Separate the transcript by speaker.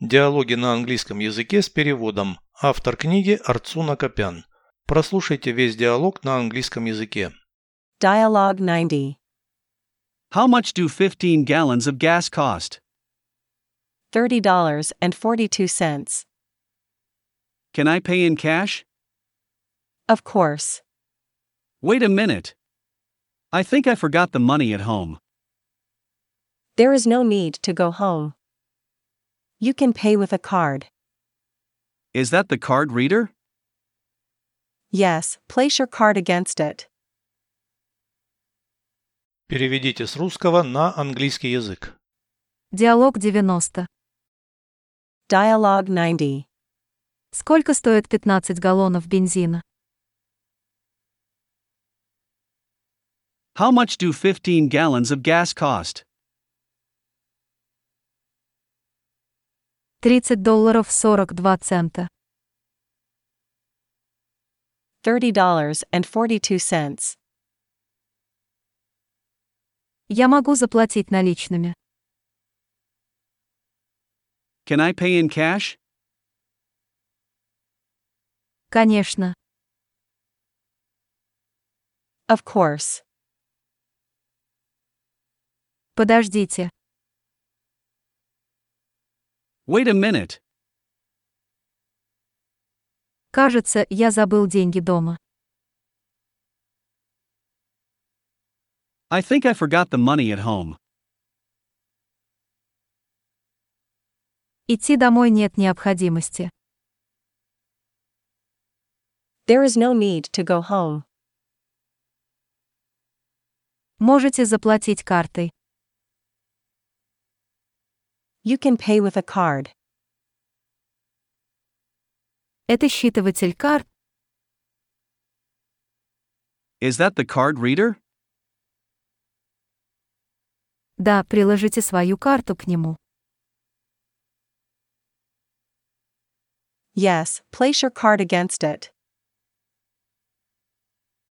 Speaker 1: Диалоги на английском языке с переводом. Автор книги Арцуна Копян. Прослушайте весь диалог на английском языке.
Speaker 2: Dialogue 90.
Speaker 3: How much do 15 gallons of gas cost?
Speaker 2: $30.42.
Speaker 3: Can I pay in cash?
Speaker 2: Of course.
Speaker 3: Wait a minute. I think I forgot the money at home.
Speaker 2: There is no need to go home. You can pay with a card.
Speaker 3: Is that the card reader?
Speaker 2: Yes, place your card against it.
Speaker 1: Переведите с русского на английский язык.
Speaker 4: Диалог 90.
Speaker 2: Dialogue 90.
Speaker 4: Сколько стоит 15 галлонов бензина?
Speaker 3: How much do 15 gallons of gas cost?
Speaker 4: 30 долларов 42 цента.
Speaker 2: $30.42.
Speaker 4: Я могу заплатить наличными.
Speaker 3: Can I pay in cash?
Speaker 4: Конечно.
Speaker 2: Of course.
Speaker 4: Подождите.
Speaker 3: Wait a minute.
Speaker 4: Кажется, я забыл деньги дома.
Speaker 3: I think I forgot the money at home.
Speaker 4: Идти домой нет необходимости.
Speaker 2: There is no need to go home.
Speaker 4: Можете заплатить картой.
Speaker 2: You can pay with a card.
Speaker 4: Это считыватель карт.
Speaker 3: Is that the card reader?
Speaker 4: Да, приложите свою карту к нему.
Speaker 2: Yes, place your card against it.